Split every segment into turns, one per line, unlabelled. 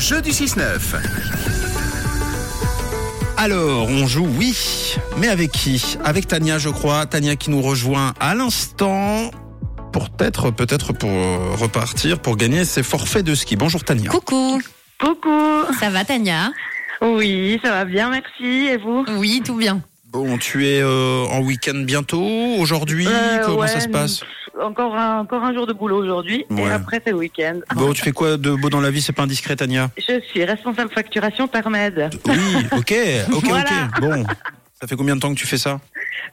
jeu du 6-9.
Alors, on joue oui, mais avec qui Avec Tania, je crois. Tania qui nous rejoint à l'instant pour être peut-être pour euh, repartir pour gagner ses forfaits de ski. Bonjour Tania.
Coucou,
Coucou.
ça va Tania
Oui, ça va bien, merci. Et vous
Oui, tout bien.
Bon, tu es euh, en week-end bientôt aujourd'hui.
Euh,
Comment ça
ouais,
se passe
Encore un, encore un jour de boulot aujourd'hui et
Ouais.
après c'est le week-end.
Bon, tu fais quoi de beau dans la vie C'est pas indiscret, Tania
Je suis responsable facturation par Med.
Oui, ok, ok,
Voilà.
ok. Bon, ça fait combien de temps que tu fais ça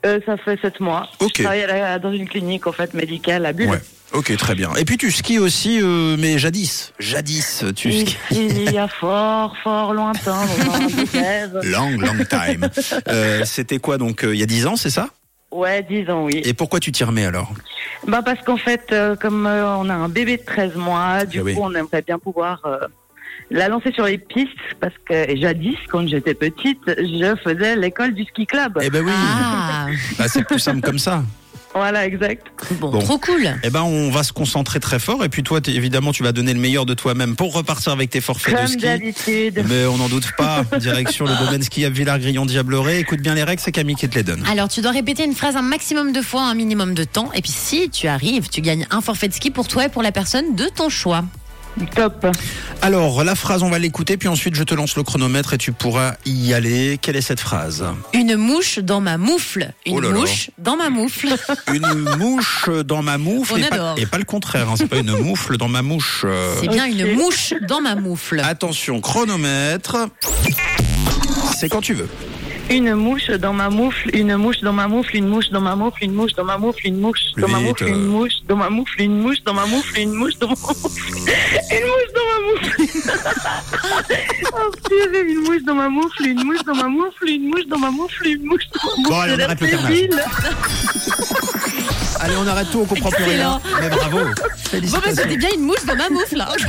Euh, ça fait sept mois.
Ok.
Je travaille à la- dans une clinique en fait médicale à Bulle.
Ouais. Ok, très bien. Et puis tu skis aussi, euh, mais jadis. Jadis, tu skis.
Il y a fort, fort lointain, dans un monde de rêve.
Long, long time. Euh, C'était quoi donc euh, il y a 10 ans, c'est ça
Ouais, dix ans, oui.
Et pourquoi tu t'y remets alors
Bah parce qu'en fait, euh, comme euh, on a un bébé de 13 mois, du
Ah
coup,
oui.
on aimerait bien pouvoir euh, la lancer sur les pistes parce que jadis, quand j'étais petite, je faisais l'école du ski club.
Eh ben oui,
Ah,
Bah, c'est plus simple comme ça.
Voilà, exact.
bon,
Bon.
trop cool.
Eh ben on va se concentrer très fort et puis toi t'es- évidemment tu vas donner le meilleur de toi-même pour repartir avec tes forfaits
Comme
de ski.
d'habitude.
Mais on n'en doute pas. Direction le domaine ski à Villars-Grillon Diableret. Écoute bien les règles, c'est Camille qui te les donne.
Alors, tu dois répéter une phrase un maximum de fois, un minimum de temps. Et puis, si tu arrives, tu gagnes un forfait de ski pour toi et pour la personne de ton choix.
Top.
Alors la phrase on va l'écouter puis ensuite je te lance le chronomètre et tu pourras y aller. Quelle est cette phrase
Une mouche dans ma moufle. Une
Oh là Euh. là.
mouche dans ma moufle.
Une mouche dans ma moufle
On
et, pas,
adore.
et pas le contraire. hein. C'est pas une moufle dans ma mouche. euh.
C'est bien
Ok.
une mouche dans ma moufle.
Ah, Attention chronomètre. C'est quand tu veux.
Une mouche dans ma moufle, une mouche dans ma moufle, une mouche dans ma moufle, une mouche dans ma moufle, une mouche
Plus
dans ma
vite,
moufle,
euh.
une mouche dans ma moufle, une mouche dans ma moufle, une mouche dans ma moufle, une mouche dans ma moufle. Oh purée, une mouche dans ma moufle, une mouche dans ma moufle, une mouche dans ma moufle, une mouche dans ma moufle.
Bon, allez, on
J'ai l'air
arrête le carnage.
débile.
Allez on arrête tout, on comprend plus rien.
Excellent.
Mais bravo.
Bon, bah,
Félicitations.
c'était bien une mouche dans ma moufle. hein.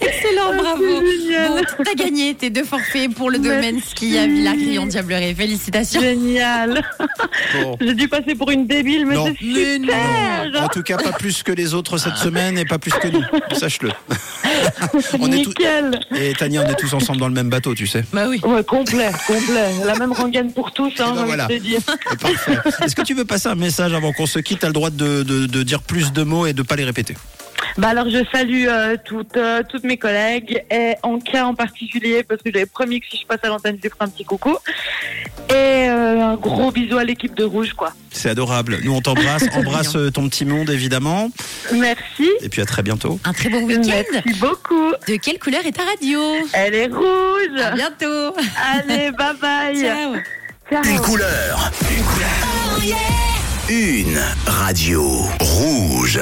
Excellent, Ah, bravo.
C'est génial.
Bon, t'as gagné tes deux forfaits pour le
Merci.
domaine ski à Villars-Grillon Diableret. Félicitations.
Génial.
Bon.
J'ai dû passer pour une débile, mais
Non.
c'est
Mais non.
super.
En tout cas, pas plus que les autres cette semaine et pas plus que nous. Sache-le. On est tous-
Nickel.
Et Tania, on est tous ensemble dans le même bateau, tu sais.
Bah oui.
Ouais, complet, complet. La même rengaine pour tous,
ben
hein, j'ai envie
voilà.
de te dire.
Parfait. Est-ce que tu veux passer un message avant qu'on se quitte T'as le droit de, de- de dire plus de mots et de pas les répéter.
Bah alors je salue euh, toutes, euh, toutes mes collègues et Anka en particulier parce que j'avais promis que si je passe à l'antenne je lui ferai un petit coucou. Et euh, un gros bisou à l'équipe de Rouge quoi.
C'est adorable. Nous, on t'embrasse. Embrasse euh, ton petit monde, évidemment.
Merci.
Et puis à très bientôt.
Un très bon week-end.
Merci beaucoup.
De quelle couleur est ta radio
Elle est
À
rouge.
bientôt.
Allez, bye bye.
Ciao.
Ciao.
Une couleur. Une couleur. Une radio rouge.